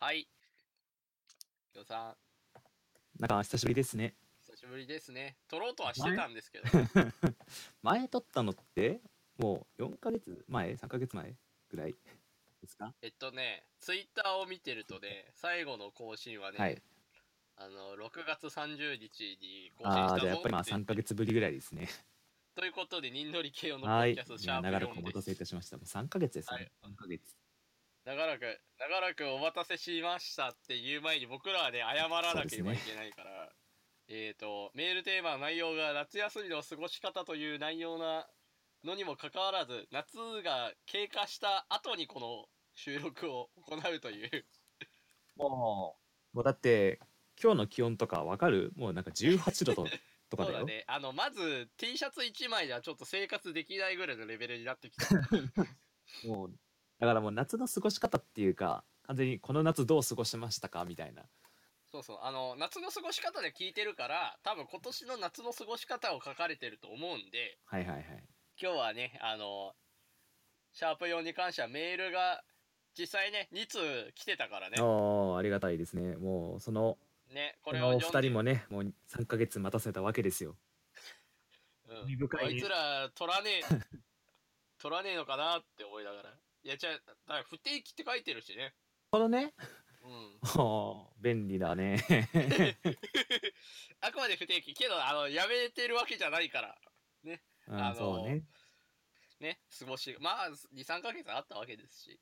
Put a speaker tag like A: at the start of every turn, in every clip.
A: はい。きょうさん、
B: なんか久しぶりですね。
A: 久しぶりですね。撮ろうとはしてたんですけど、
B: 前撮ったのって、もう4ヶ月前 ?3 ヶ月前ぐらいですか
A: えっとね、ツイッターを見てるとね、最後の更新はね、
B: はい。
A: あの、6月30日に更新
B: ああ、
A: した
B: じゃあや
A: ぞ
B: っぱりまあ
A: って言っ
B: 3
A: て
B: ヶ月ぶりぐらいです ね。
A: ということで、忍乗り系のポ
B: は
A: ッ
B: い。
A: ドキ
B: い
A: ャスト、シャ
B: や長
A: ープ
B: らく
A: 4
B: お待
A: で
B: たせい
A: す。
B: たしました。もう3ヶ月です
A: はい
B: ね。3ヶ月。
A: 長らく、長らくお待たせしましたっていう前に僕らはね、謝らなければいけないから、えっと、メールテーマの内容が夏休みの過ごし方という内容なのにもかかわらず、夏が経過した後にこの収録を行うという。
B: もう、もうだって、今日の気温とかわかるもうなんか18度と とか
A: そう
B: だ
A: だ
B: よ。
A: ね。あの、まず T シャツ1枚じゃちょっと生活できないぐらいのレベルになってき た。
B: もう、だからもう夏の過ごし方っていうか、完全にこの夏どう過ごしましたかみたいな。
A: そうそう。あの、夏の過ごし方で聞いてるから、多分今年の夏の過ごし方を書かれてると思うんで、
B: はいはいはい。
A: 今日はね、あの、シャープ4に関してはメールが実際ね、2通来てたからね。
B: おー、ありがたいですね。もう、その、
A: ね、こ
B: こ
A: れ
B: のお
A: を
B: 二
A: 読んで
B: 人もね、もう3ヶ月待たせたわけですよ。
A: うん
B: 興味深い
A: あ
B: ね
A: いつら取らねえ取らねえのかなって思いながらいやじゃだから不定期って書いてるしね
B: このね、
A: うん
B: おー 便利だね。
A: あくまで不定期けどあのやめてるわけじゃないから
B: う
A: あの
B: ん、
A: ー
B: そうね。
A: ね過ごしまあ23ヶ月あったわけですし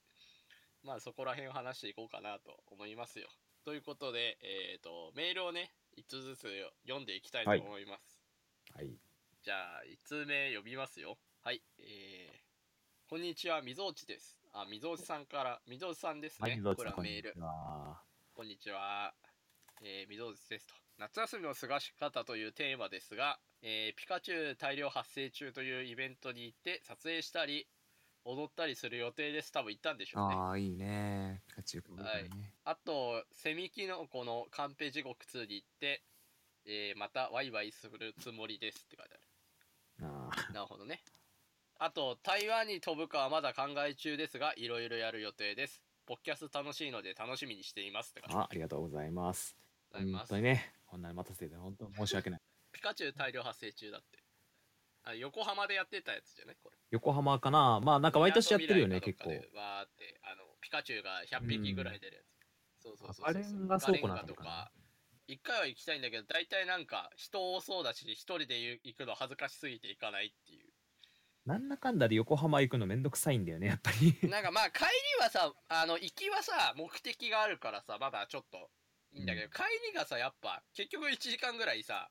A: まあそこら辺を話していこうかなと思いますよということでえっ、とメールをね1つずつ読んでいきたいと思います、
B: はい。
A: じゃあ、1通目呼びますよ。はい、えー、こんにちは、みぞおちです。あ、みぞおちさんから、みぞおちさんです
B: は
A: ね。
B: い、どう
A: こ
B: ぞ
A: れは
B: こん
A: メー
B: に
A: ル
B: ち。は。
A: こんにちは。えー、みぞおちですと。夏休みの過ごし方というテーマですが、えーピカチュウ大量発生中というイベントに行って撮影したり、踊ったりする予定です。多分行ったんでしょうね。
B: ああ、いいね。ピカチュウかわいいからね。
A: あと、セミキノコのカンペ地獄2に行って、えーまたワイワイするつもりですって書いてある。
B: あ
A: なるほどね。あと、台湾に飛ぶかはまだ考え中ですが、いろいろやる予定です。ポッキャス楽しいので楽しみにしていますって
B: ーあ、ありがとうございます。
A: あり
B: 本
A: ます
B: 当。にね、こんなに待たせて、本当申し訳ない。
A: ピカチュウ大量発生中だって。あ横浜でやってたやつじゃないこれ。
B: 横浜かなまあ、なんか毎年やってるよね、
A: み
B: 結
A: なとみ
B: 構
A: らい。かどっかでわーって、あの、ピカチュウが100匹ぐらい出るやつ。そうそうそうそう。
B: 赤レンガ倉庫なんだ
A: 赤レンガと
B: ろうな
A: か。一回は行きたいんだけど、大体なんか人多そうだし、一人で行くの恥ずかしすぎて行かないっていう。
B: なんだかんだで横浜行くのめんどくさいんだよね、やっぱり。
A: なんかまあ帰りはさあの行きはさ目的があるからさまだちょっといいんだけど、
B: うん
A: 帰りがさやっぱ結局1時間ぐらいさ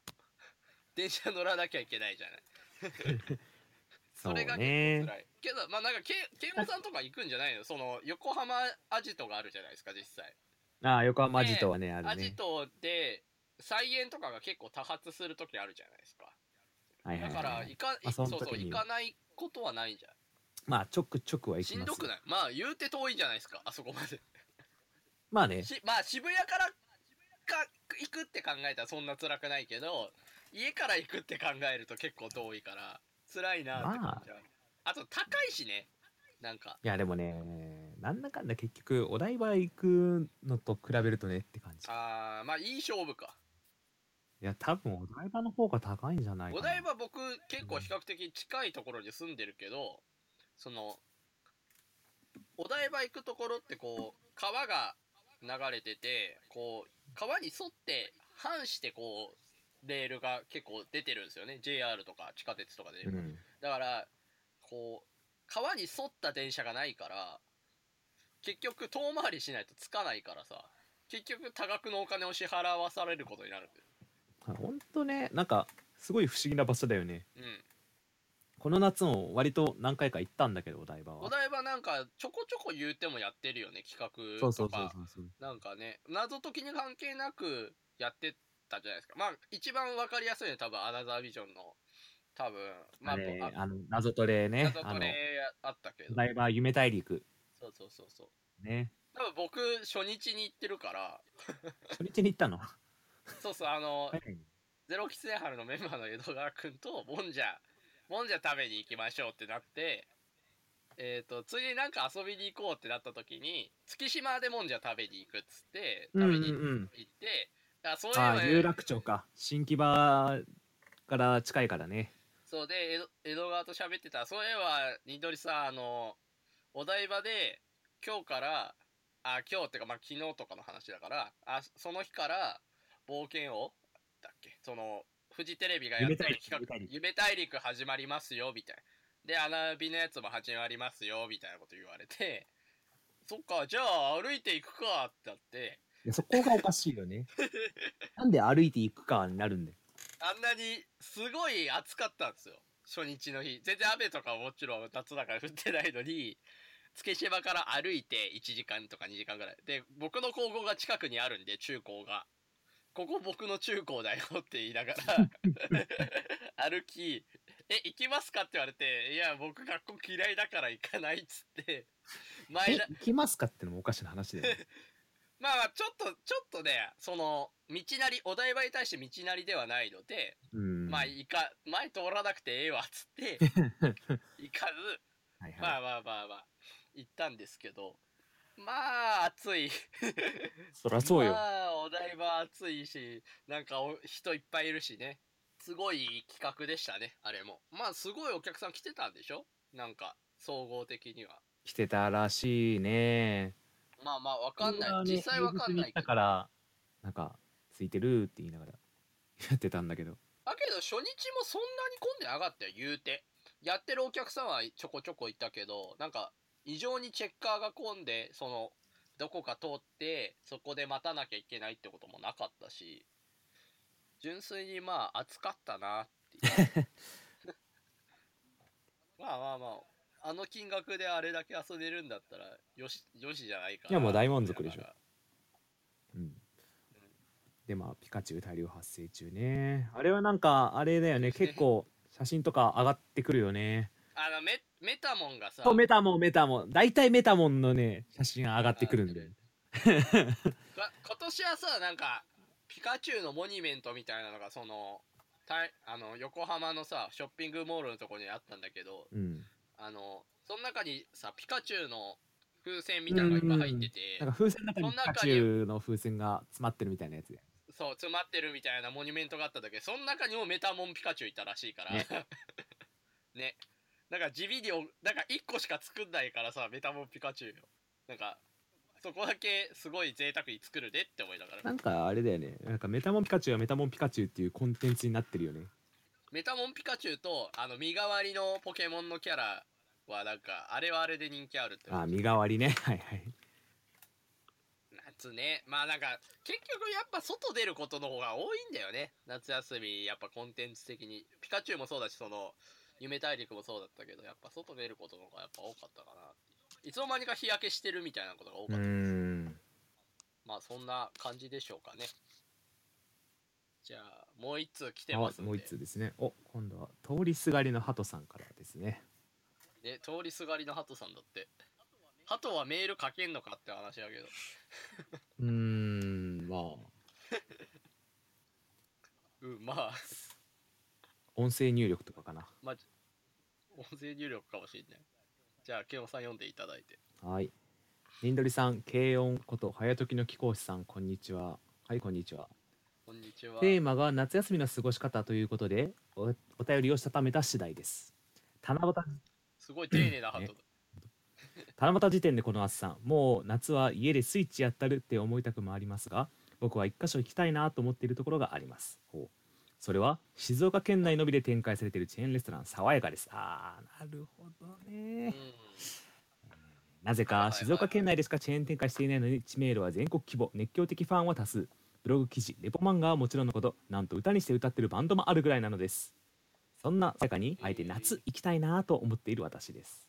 A: 電車乗らなきゃいけないじゃない
B: そう
A: れが
B: ね
A: 辛。いけどまあなんかけ慶吾さんとか行くんじゃないのその横浜アジトがあるじゃないですか実際、
B: ああ、横浜アジトはね、あ
A: ア
B: る
A: ジ
B: ね。
A: トで再演とかが結構多発する時あるじゃないですか
B: はいは
A: だか
B: いは
A: ら
B: い。
A: 行か、
B: まあそ
A: そう
B: の
A: そう
B: 時に
A: 行かないことはないんじゃ
B: まあ、ちょくちょくは
A: ん
B: 行
A: し
B: き
A: ん
B: ます
A: ど。くないまあ言うて遠いじゃないですかあそこまで
B: まあね、
A: しまあ渋谷からか行くって考えたらそんな辛くないけど家から行くって考えると結構遠いから辛いなって感じは、あ、と高いしねなんか
B: いやでもね、なんだかんだ結局お台場行くのと比べるとねって感じ。
A: あーまあいい勝負か
B: いや多分お台場の方が高いんじゃないかな。
A: お台場僕結構比較的近いところに住んでるけどそのお台場行くところってこう川が流れててこう川に沿って反してこうレールが結構出てるんですよね JR とか地下鉄とかで
B: うん。
A: だからこう川に沿った電車がないから結局遠回りしないとつかないからさ結局多額のお金を支払わされることになるんだよ
B: ほんとね、なんかすごい不思議な場所だよね。この夏も割と何回か行ったんだけどお台場
A: うんお
B: は。
A: 台場なんかちょこちょこ言うてもやってるよね企画
B: そうそ
A: と
B: うそう
A: か
B: そうそう。
A: なんかね謎解きに関係なくやってたじゃないですかまあ一番わかりやすいのは多分アナザービジョンの多分まあ
B: あれ
A: あ
B: あの謎トレね、
A: 謎
B: あ
A: ト
B: の
A: レあったけ
B: お
A: ど
B: 台場夢大陸
A: そうそうそうそう
B: ね。
A: 多分僕初日に行ってるから
B: 初日に行ったの。
A: そうそうあ の
B: はい
A: ゼロキツネハルのメンバーの江戸川くんと、もんじゃ、もんじゃ食べに行きましょうってなって、えっ、と、ついでになんか遊びに行こうってなった時に、月島でもんじゃ食べに行くっつって、
B: うん
A: 食べ
B: うん
A: に
B: うん
A: 行って、あそうい
B: ああ
A: えば
B: 有楽町か新木場から近いからね
A: そうで江戸江戸川と喋ってたそういえばニドリさんあのお台場で今日からあ今日ってかまあ昨日とかの話だからあその日から冒険王だっけそのフジテレビがやってる企画
B: 夢大陸
A: 夢大陸始まりますよみたいなで穴指のやつも始まりますよみたいなこと言われてそっかじゃあ歩いていくかってなって
B: いやそこがおかしい よねなんで歩いていくかになるんだよ
A: あんなにすごい暑かったんですよ初日の日全然雨とかもちろん夏だから降ってないのに月島から歩いて1時間とか2時間ぐらいで僕の高校が近くにあるんで中高がここ僕の中高だよって言いながら歩き「え行きますか?」って言われて「いや僕学校嫌いだから行かない」っつって前
B: え
A: だ
B: 行きますかってのもおかしな話だ よね
A: まあまあちょっとちょっとねその道なりお台場に対して道なりではないので
B: うん
A: まあいか前通らなくてええわっつって 行かず
B: はいはい
A: まあまあまあまあ行ったんですけどまあ暑い
B: そりゃそうよ、
A: まあお台場暑いしなんかお人いっぱいいるしねすごい企画でしたねあれもまあすごいお客さん来てたんでしょなんか総合的には
B: 来てたらしいね
A: まあまあわかんな
B: これはいね
A: 実際わかんない
B: だ
A: け
B: か
A: ど
B: らなんかついてるって言いながら やってたんだけど
A: だけど初日もそんなに混んでなかったよ言うてやってるお客さんはちょこちょこいたけどなんか異常にチェッカーが混んでそのどこか通ってそこで待たなきゃいけないってこともなかったし純粋にまあ暑かったなっていう まあまあまああの金額であれだけ遊べるんだったらよしよしじゃないかない
B: やもう大満足でしょ
A: だから
B: うんでまあピカチュウ大量発生中ねあれはなんかあれだよね
A: そうですね
B: 結構写真とか上がってくるよね
A: あのメメタモンがさ
B: そうメタモンメタモン大体メタモンのね写真が上がってくるんで
A: か今年はさなんかピカチュウのモニュメントみたいなのがそのたあの横浜のさショッピングモールのとこにあったんだけど
B: うん
A: あのその中にさピカチュウの風船みたいなのがいっぱい入ってて
B: なんか風船の
A: そ
B: 中にピ
A: の中
B: カ
A: に
B: チュウの風船が詰まってるみたいなやつで
A: そう詰まってるみたいなモニュメントがあったんだけどその中にもメタモンピカチュウいたらしいからね
B: ね
A: なんか地味におなんか1個しか作んないからさメタモンピカチュウよなんかそこだけすごい贅沢に作るでって思いながら
B: なんかあれだよねなんかメタモンピカチュウはメタモンピカチュウっていうコンテンツになってるよね
A: メタモンピカチュウとあの身代わりのポケモンのキャラはなんかあれはあれで人気あるって
B: ああ身代わりね はいはい
A: 夏ねまあなんか結局やっぱ外出ることの方が多いんだよね夏休みやっぱコンテンツ的にピカチュウもそうだしその夢大陸もそうだったけどやっぱ外出ることの方がやっぱ多かったかなっていつの間にか日焼けしてるみたいなことが多か
B: う
A: った、
B: ん
A: まあそんな感じでしょうかねじゃあもう一通来て
B: あ
A: ますんで
B: もう一通ですねお今度は通りすがりのハトさんからですね
A: ね、通りすがりのハトさんだって。ハトはメール書けんのかって話だけど。
B: うーんまあ
A: うん、まあ、
B: 音声入力とかかな
A: まあ、音声入力かもしんない。じゃあ、ケンオさん読んでいただいて。
B: はいにんどりさん軽音こと早時の貴公子さんこんにちははいこんにちは
A: こんにちは。
B: テーマが夏休みの過ごし方ということでおお便りをしたためた次第です七夕
A: すごい丁寧なハトだ。
B: 七夕時点でこの暑さもう夏は家でスイッチやったるって思いたくもありますが僕は一箇所行きたいなと思っているところがありますほうそれは静岡県内のみで展開されているチェーンレストラン爽やかですあーなるほど
A: うん
B: ね。なぜ
A: はいはいは
B: か
A: い
B: 静岡県内でしかチェーン展開していないのに知名度は全国規模熱狂的ファンは多数ブログ記事レポ漫画はもちろんのことなんと歌にして歌ってるバンドもあるぐらいなのですそんな坂にあえて夏行きたいなぁと思っている私です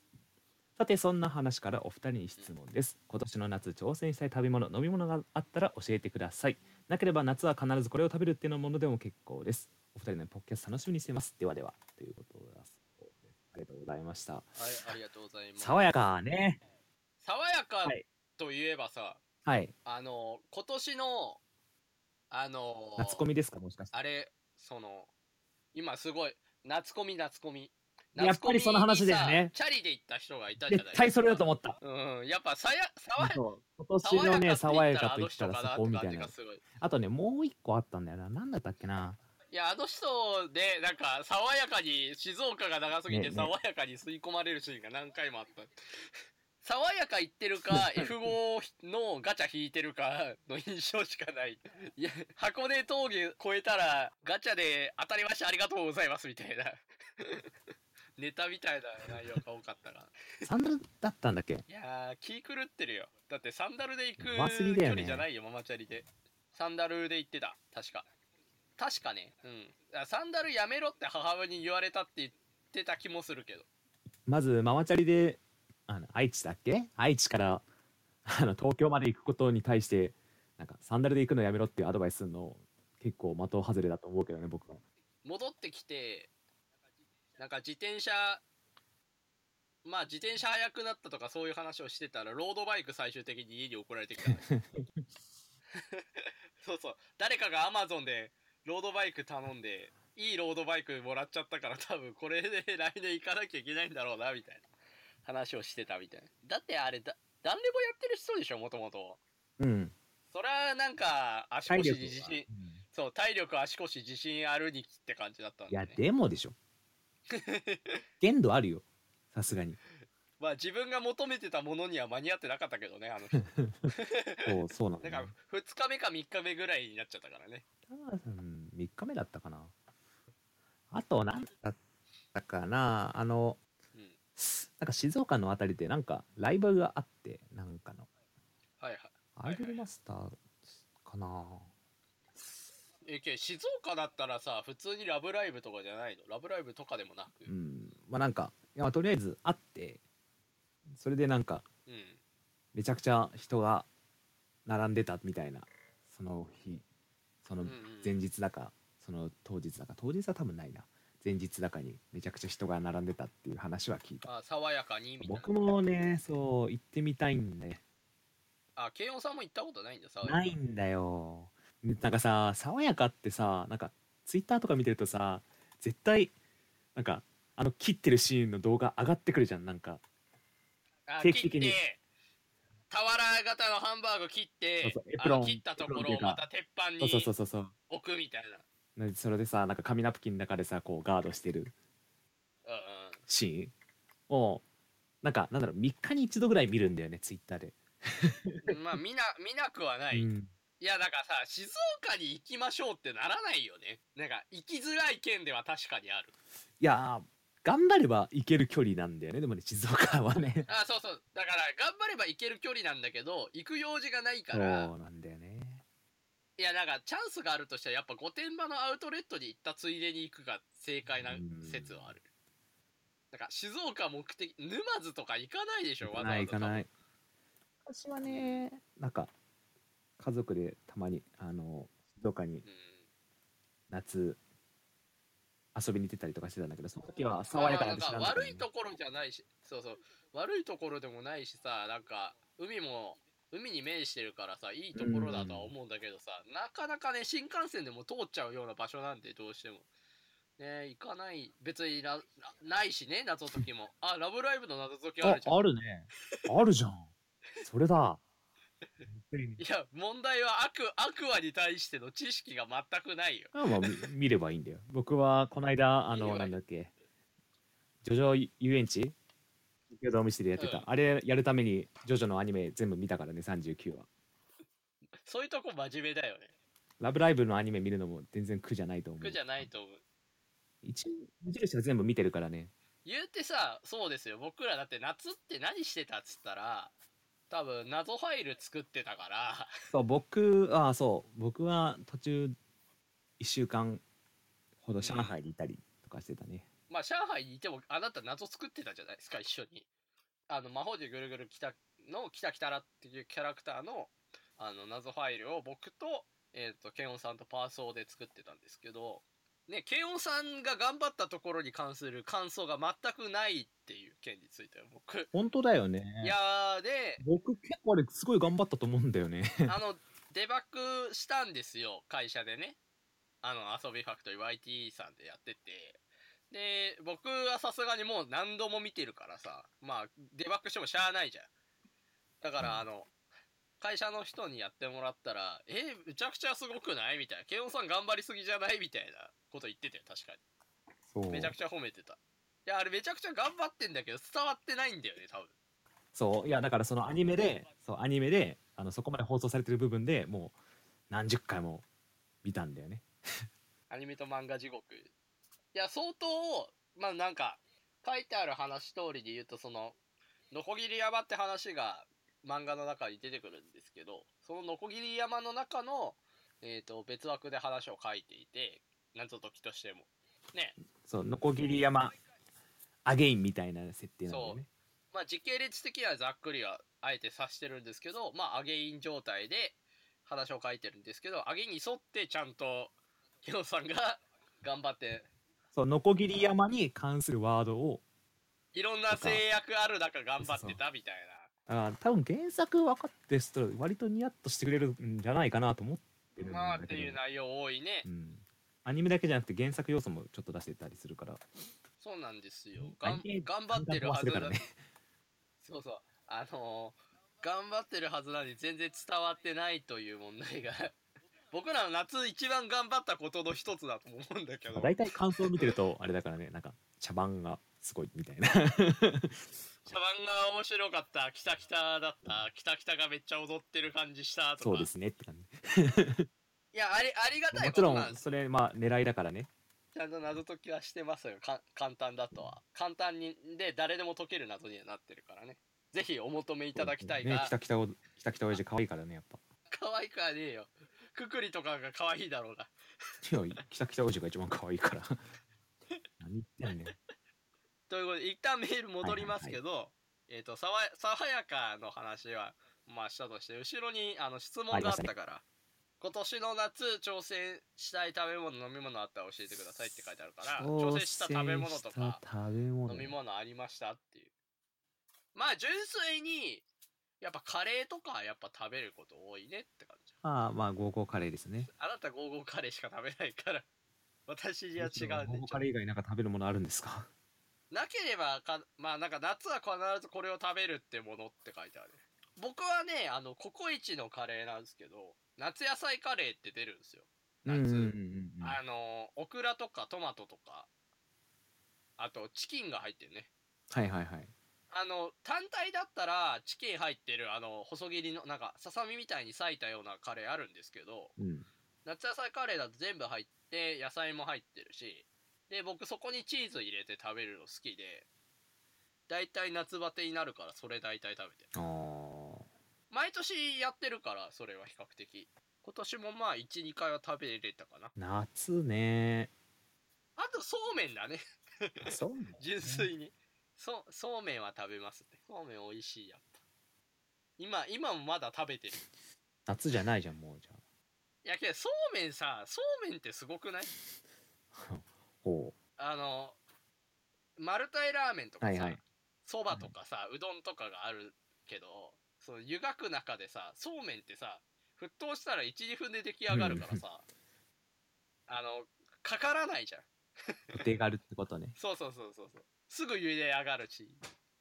B: さてそんな話からお二人に質問です今年の夏挑戦したい食べ物飲み物があったら教えてくださいなければ夏は必ずこれを食べるっていうのものでも結構ですお二人のポッキャス楽しみにしてますではではということだそうですありがとうございました
A: はい、ありがとうございます。
B: 爽やかね
A: 爽やか
B: はい
A: といえばさ、
B: はい
A: あの、今年の、あの、
B: 夏コミですかもしかして
A: あれ、その、今すごい、夏コミ、夏コミ。
B: やっぱりその話だよね
A: 夏コミにさチャリで行った人がいたじゃない
B: 絶対それだと思った。
A: うん、やっぱさや爽や
B: そう今年のね、爽やか
A: 言
B: と言ったらそこみたいな。あとね、もう一個あったんだよな。なんだったっけな。
A: いやあの人でなんか爽やかに静岡が長すぎ
B: ね
A: て
B: ね
A: 爽やかに吸い込まれるシーンが何回もあった、爽やか言ってるか F5 のガチャ引いてるかの印象しかないいや箱根峠越えたらガチャで当たりましたありがとうございますみたいな ネタみたいな内容が多かったから
B: サンダルだったんだっけ
A: いやー、気狂ってるよ。だってサンダルで行く
B: うますぎだ
A: 距
B: よね
A: 離じゃないよ、ママチャリで。サンダルで行ってた、確か。確かね、うん。だからサンダルやめろって母親に言われたって言ってた気もするけど。
B: まず、ママチャリで、あの、愛知だっけ愛知から、あの、東京まで行くことに対して、なんか、サンダルで行くのやめろっていうアドバイスするの、結構的外れだと思うけどね、僕は。
A: 戻ってきて、なんか自転車、まあ自転車速くなったとかそういう話をしてたら、ロードバイク最終的に家に送られてきたのよ。 そうそう。誰かがアマゾンでロードバイク頼んで、いいロードバイクもらっちゃったから多分これで来年行かなきゃいけないんだろうな、みたいな話をしてたみたいな。だってあれだ、ダンレボやってる人でしょ、もともと。
B: うん。
A: そりゃなんか足
B: 体
A: 腰
B: 力
A: に自
B: は
A: 信、
B: うん
A: そう、体力足腰自信あるにきって感じだったん
B: い
A: だ
B: や
A: よね。
B: でも でしょ限度あるよさすがに
A: まあ自分が求めてたものには間に合ってなかったけどね、あの 人。
B: そうそうなんだ
A: だ
B: よ
A: から
B: ね
A: 2日目か3日目ぐらいになっちゃったからね。
B: 多分3日目だったかなあと何だったかなあの
A: うん。
B: なんか静岡のあたりでなんかライブがあってなんかの
A: はいはい。
B: アイドルマスターかな、
A: えけ静岡だったらさ、普通にラブライブとかじゃないのラブライブとかでもなく。
B: うんまあなんかいやまあとりあえずあってそれでなんか
A: うん。
B: めちゃくちゃ人が並んでたみたいなその日その
A: うんう
B: 前
A: ん、
B: 日だかその当日だか当日は多分ないな前日だかにめちゃくちゃ人が並んでたっていう話は聞いた
A: あ爽やかにみたいな。
B: 僕もねそう行ってみたいんで
A: あ、慶應さんも行ったことないんだ、爽やか
B: ないんだよなんかさ爽やかってさなんかツイッターとか見てるとさ絶対なんかあの切ってるシーンの動画上がってくるじゃんなんか
A: あ
B: 定期的に
A: 切って俵型のハンバーグ切って
B: そうそうエプロン
A: あの切ったところをまた鉄板に
B: そうそう
A: 置
B: そうそうそう
A: くみたいな。
B: なんでそれでさなんか紙ナプキンの中でさこうガードしてる
A: うんうん、
B: シーンをなんかなんだろう3日に一度ぐらい見るんだよねツイッターで、
A: まあ見な見なくはない、
B: うん
A: いやだからさ静岡に行きましょうってならないよねなんか行きづらい県では確かにある
B: いやー頑張れば行ける距離なんだよねでもね静岡はね
A: あそうそうだから頑張れば行ける距離なんだけど行く用事がない
B: そ
A: か
B: う
A: ら
B: なんだよね
A: いやなんかチャンスがあるとしたらやっぱ御殿場のアウトレットに行ったついでに行くが正解な説はあるだから静岡目的沼津とか行かないでしょ
B: 行
A: わ
B: か
A: ざ
B: な
A: わ
B: い行か
A: ざ
B: ない私はねなんか家族でたまにあの静岡に
A: う
B: 夏遊びに行ってたりとかしてたんだけどその時は
A: ん
B: 爽や
A: ま
B: かな
A: あ
B: ん
A: ん
B: で
A: か
B: 知らんかった
A: 悪
B: ね
A: いところじゃないしそうそう悪いところでもないしさなんか海も海に面してるからさいいところだとは思うんだけどさ、なかなかね新幹線でも通っちゃうような場所なんでどうしてもね行かない別にななないしね謎解きもあラブライブの謎解きあるじゃん
B: ああるねあるじゃんそ れだ
A: いや、問題はアクアクアに対しての知識が全くないよ。
B: あまあみ見ればいいんだよ僕はこの間あ
A: 見
B: の
A: れば
B: ない
A: い
B: んだっけジョジョ遊園地東京ドームシティでやってた、
A: うん
B: あれやるためにジョジョのアニメ全部見たからね39話
A: そういうとこ真面目だよね。
B: 「ラブライブ!」のアニメ見るのも全然苦じゃないと思う
A: 苦じゃないと思う。
B: 一応無印は全部見てるからね
A: 言うてさ、そうですよ。僕らだって夏って何してたっつったら、多分謎ファイル作ってたから、
B: そう僕あそう僕は途中1週間ほど上海にいたりとかしてたね、
A: まあ上海にいてもあなた謎作ってたじゃないですか、一緒に。あの、魔法でぐるぐる来たの、キタキタラっていうキャラクターの、あの、謎ファイルを僕と、えっ、と、ケンオンさんとパーソーで作ってたんですけど、ね、ケンオンさんが頑張ったところに関する感想が全くないっていう件については僕、
B: 本当だよね
A: いやーで、
B: 僕結構あれすごい頑張ったと思うんだ よね
A: あの、デバッグしたんですよ、会社でね。あの、遊びファクトリー YT さんでやってて。で僕はさすがにもう何度も見てるからさまあデバッグしてもしゃあないじゃんだからあの会社の人にやってもらったら「えむちゃくちゃすごくない?」みたいな「慶應さん頑張りすぎじゃない?」みたいなこと言ってたよ確か
C: そう
A: にめちゃくちゃ褒めてたいやあれめちゃくちゃ頑張ってんだけど伝わってないんだよね多分
B: そういやだからそのアニメでそうアニメであのそこまで放送されてる部分でもう何十回も見たんだよね
A: アニメと漫画地獄いや相当まあなんか書いてある話通りで言うとそのノコギリ山って話が漫画の中に出てくるんですけどそのノコギリ山の中の、えー、と別枠で話を書いていて謎解きとしてもね
B: そうノコギリ山アゲインみたいな設定なんだよね
A: まあ時系列的にはざっくりはあえて指してるんですけどまあアゲイン状態で話を書いてるんですけどアゲに沿ってちゃんとヒロさんが頑張って
B: そうノコギリ山に関するワードを
A: いろんな制約ある中頑張ってたみたい
B: あー多分原作分かってる人割とニヤッとしてくれるんじゃないかなと思って
A: な。
B: るん
A: まあ
B: だ
A: って
B: けど、
A: いう内容多いね
B: う。ん、アニメだけじゃなくて原作要素もちょっと出してたりするから
A: そうなんですよ。
B: ア
A: が
B: ニ
A: ん
B: メ
A: 頑張ってるはず
B: 感覚忘れた
A: だ
B: らね。
A: そうそう。あのー頑張ってるはずなのに全然伝わってないという問題が。 僕らの夏一番頑張ったことの一つだと思うんだけど。
B: 大体感想を見てるとあれだからねなんか茶番がすごいみたいな
A: 茶番が面白かった、きたきただった、きたきたがめっちゃ踊ってる感じしたとか。
B: そうですねって感
A: いや、あり、ありが
B: じ
A: たい
B: も
A: こ
B: ちろ
A: となん
B: ん
A: です。
B: それまあ狙いだからね
A: ちゃんと謎解きはしてますよ。か簡単だとは。簡単に、で、誰でも解ける謎にはなってるからね。ぜひお求めいただきたいが。
B: ね北北お北北おやじ可愛いからねやっ ぱ
A: 可愛くはねえよ。くくりとかが可愛いだろうが。
B: いや北北おやじが一番可愛いから 何言ってんねん
A: ということで、一旦メール戻りますけど、えっ、と、さわ、爽やかの話は、まあ、したとして、後ろに、あの、質問があったから、今年の夏、挑戦したい食べ物、飲み物あったら教えてくださいって書いてあるから、挑戦した食べ物とか、
B: 食べ物
A: 飲み物ありましたっていう。まあ、純粋に、やっぱカレーとか、やっぱ食べること多いねって感じ。
B: ああまあ合コンカレーですね
A: あなた、ゴーゴーカレーしか食べないから、私には違うん
B: 合
A: で
B: コン、カレー以外なんか食べるものあるんですか
A: なければかまあなんか夏は必ずこれを食べるってものって書いてある僕はねあのココイチのカレーなんですけど夏野菜カレーって出るんですよ夏、
B: うんうんうんうん
A: あのオクラとかトマトとかあとチキンが入ってるね
B: はいはいはい
A: あの単体だったらチキン入ってるあの細切りのなんかささみみたいに裂いたようなカレーあるんですけど
B: うん
A: 夏野菜カレーだと全部入って野菜も入ってるしで僕そこにチーズ入れて食べるの好きで大体夏バテになるからそれ大体食べてる
B: あー
A: 毎年やってるからそれは比較的今年もまあ12回は食べれたかな
B: 夏ね
A: あとそうめんだね
B: そう
A: 純粋にそそうめんは食べますねそうめん美味しいやっぱ今今もまだ食べてる
B: 夏じゃないじゃんもうじゃあ
A: いやけどそうめんさそうめんってすごくない
B: ほ
A: あの丸太ラーメンとかさ、
B: はいはい
A: そばとかさ、うどんとかがあるけどその湯がく中でさそうめんってさ沸騰したら12分で出来上がるからさ、あのかからないじゃん
B: うお手軽ってことね
A: そうそうそうそうそうすぐ茹で上がるし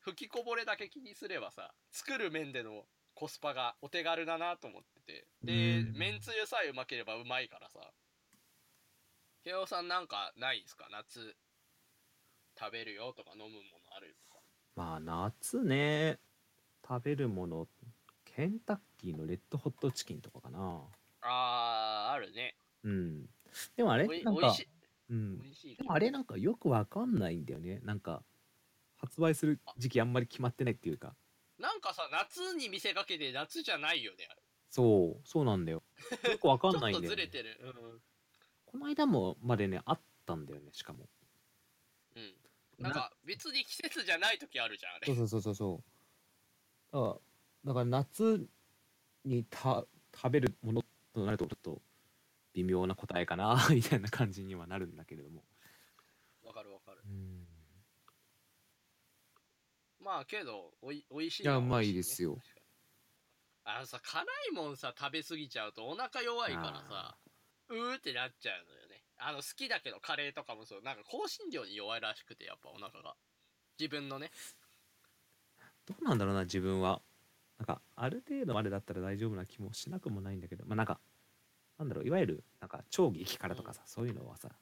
A: 吹きこぼれだけ気にすればさ作る面でのコスパがお手軽だなと思っててで
B: うん
A: めんつゆさえうまければうまいからさ慶応さんなんかないですか夏食べるよとか飲むものあるか
B: まあ夏ね食べるものケンタッキーのレッドホットチキンとかかな
A: あーあるね
B: うんでもあれ
A: おい
B: なん
A: おい
B: か
A: しい
B: うん
A: おいしい
B: でもあれなんかよくわかんないんだよねなんか発売する時期あんまり決まってないっていうか
A: なんかさ夏に見せかけて夏じゃないよねあれ
B: そうそうなんだよよくわかんな い
A: ちょ
B: ん
A: っとず
B: だよ、ね
A: れ、てるう
B: この間もまでねあったんだよねしかも
A: ん、うん、なんか別に季節じゃない時あるじゃんあれ
B: そうそうそうそうそうだからだから夏にた食べるものとなるとちょっと微妙な答えかな みたいな感じにはなるんだけれども
A: わかるわかる
B: うん
A: まあけどおいおいしい
B: いや
A: のは
B: まあ
A: 美味し
B: いいですよ
A: ね確かにあのさ辛いもんさ食べ過ぎちゃうとお腹弱いからさうーってなっちゃうのよねあの好きだけどカレーとかもそうなんか香辛料に弱いらしくてやっぱお腹が自分のね
B: どうなんだろうな自分はなんかある程度あれだったら大丈夫な気もしなくもないんだけどまあなんかなんだろういわゆるなんか超激辛とかさ、そういうのはさ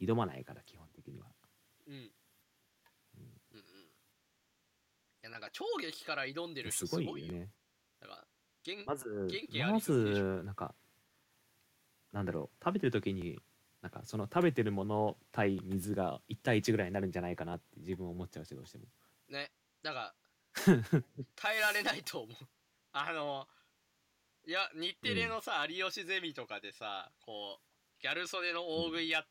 B: 挑まないから基本的には
A: うんうんうんいやなんか超激から挑んでる
B: す
A: 人す
B: ごい
A: ごいよ
B: よね
A: だから元
B: まず
A: 元気あり
B: ま
A: ますでしょ
B: ずなんかなんだろう食べてる時になんかその食べてるもの対水が1対1ぐらいになるんじゃないかなって自分思っちゃうしどうしても
A: ねだから耐えられないと思うあのいや日テレのさ、有吉ゼミとかでさこうギャル曽根の大食いやっ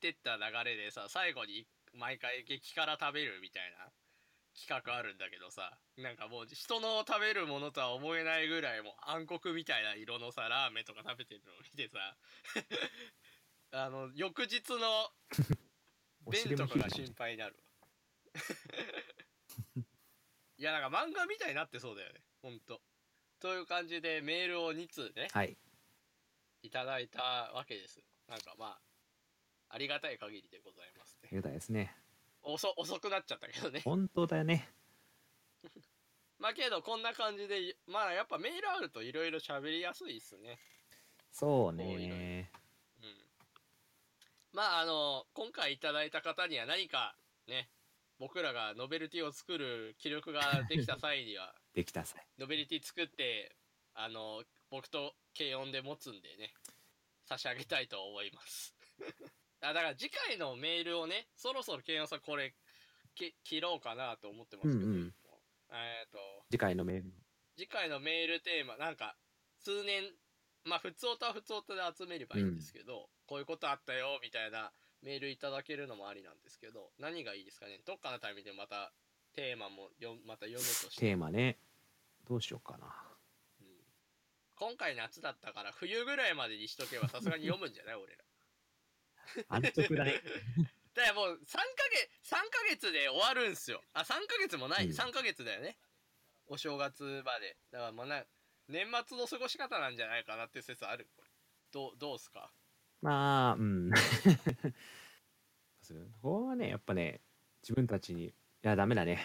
A: てった流れでさ最後に毎回激辛食べるみたいな企画あるんだけどさなんかもう人の食べるものとは思えないぐらいもう暗黒みたいな色のさラーメンとか食べてるのを見てさ あの翌日の
B: お
A: ベン
B: 尻
A: と
B: も
A: か
B: 冷え
A: が
B: るかも
A: 心配になる わいやなんか漫画みたいになってそうだよねほんとという感じでメールを2通ね
B: はい
A: いただいたわけですなんかまあありがたい限りでございます
B: あ
A: ね
B: りがたいですね
A: 遅遅くなっちゃったけ どね
B: 本当だよね
A: まあけどこんな感じでまあやっぱメールあるといろいろ喋りやすいっすね
B: そう
A: 多いの
B: ね
A: うんまああの今回いただいた方には何かね僕らがノベルティを作る気力ができた際には
B: できたさ
A: ノベリティ作ってあの僕と軽音で持つんでね差し上げたいと思います あだから次回のメールをねそろそろ軽音さんこれき切ろうかなと思ってますけど、
B: うんうん
A: えっと
B: 次回のメール
A: 次回のメールテーマなんか通年まあ普通音は普通音で集めればいいんですけど、こういうことあったよみたいなメールいただけるのもありなんですけど何がいいですかねどっかのタイミングでまたテーマもよまた読むとして
B: テーマねどうしようかな
A: うん今回夏だったから冬ぐらいまでにしとけばさすがに読むんじゃない俺ら
B: 安直だね
A: だからもう3ヶ月三ヶ月で終わるんすよあ3ヶ月もない、
B: うん
A: 3ヶ月だよねお正月までだからもうな年末の過ごし方なんじゃないかなって説あるどうどうっすか
B: まあうん そうここはねやっぱね自分たちにいやダメだね、
A: うん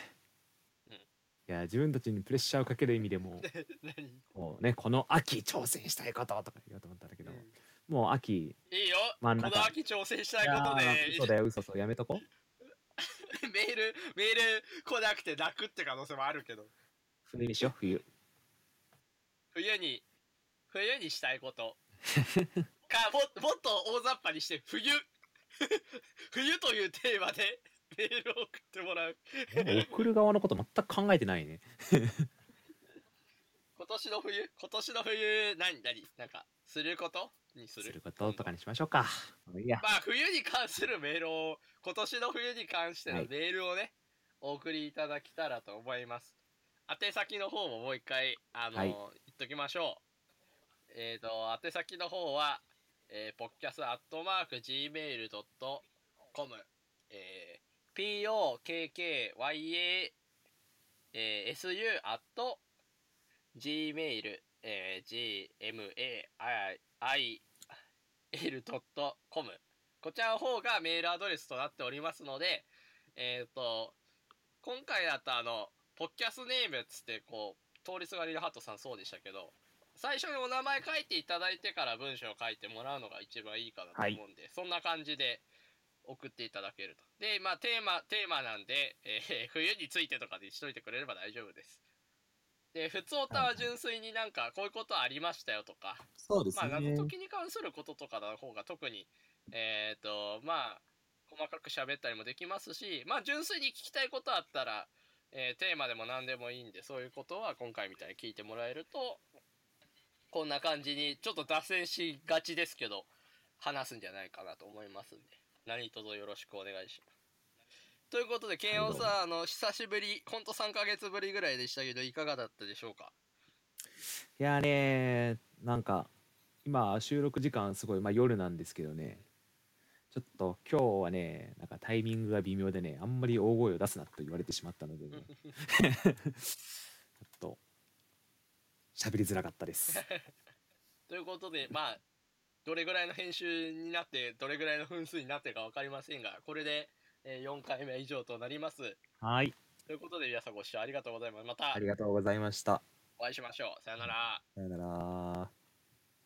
B: いや自分たちにプレッシャーをかける意味 でも
A: 何い
B: もうねこの秋挑戦したいこととか言おうと思ったんだけど、
A: うん
B: もう秋
A: いよこ
B: 真ん
A: の
B: 中
A: 秋挑戦したいこと
B: いやー嘘
A: で
B: だよ嘘そうやめとこ
A: メールメール来なくて泣くって可能性もあるけど
B: 冬にしよう冬
A: 冬に冬にしたいことかももっと大雑把にして冬 冬というテーマでメールを送ってもらう
B: 送る側のこと全く考えてないね
A: 今年の冬今年の冬何何なんかすることにす
B: す
A: る
B: ることとかにしましょうかもういいや
A: まあ冬に関するメールを今年の冬に関しての
B: はい
A: メールをね、お送りいただけたらと思います宛先の方ももう一回あの、
B: はい
A: 言っときましょうえっ、と宛先の方は、えー、ポッキャスアットマーク Gmail.com えー、POKKYA えー、SU アット Gmail、えー、GMAIL.com こちらの方がメールアドレスとなっておりますので、えっ、と、今回だとあの、ポッキャスネームっつってこう、通りすがりのハトさんそうでしたけど、最初にお名前書いていただいてから文章を書いてもらうのが一番いいかなと思うんで、そんな感じで送っていただけると。で、まあテーマ、テーマなんで、えー冬についてとかでしといてくれれば大丈夫です。で、普通歌は純粋になんかこういうことありましたよとか、
B: そうで
A: まあ、謎解きに関することとかの方が特に、えっ、と、まあ、細かく喋ったりもできますし、まあ、純粋に聞きたいことあったら、えーテーマでも何でもいいんで、そういうことは今回みたいに聞いてもらえると、こんな感じに、ちょっと脱線しがちですけど、話すんじゃないかなと思いますんで、何卒よろしくお願いします。ということで、ケンオさん、あの、久しぶり、ほんと3ヶ月ぶりぐらいでしたけど、いかがだったでしょうか
B: いやーねーなんか今収録時間すごい、まあ、夜なんですけどねちょっと今日はねなんかタイミングが微妙でねあんまり大声を出すなと言われてしまった のでねちょっと喋りづらかったです
A: ということで、まあ、どれぐらいの編集になってどれぐらいの分数になってるか分かりませんがこれで、えー4回目以上となります
B: はい
A: ということで皆さんご視聴ありがとうございますまた
C: ありがとうございました。
A: お会いしましょうさよなら、
C: さよなら。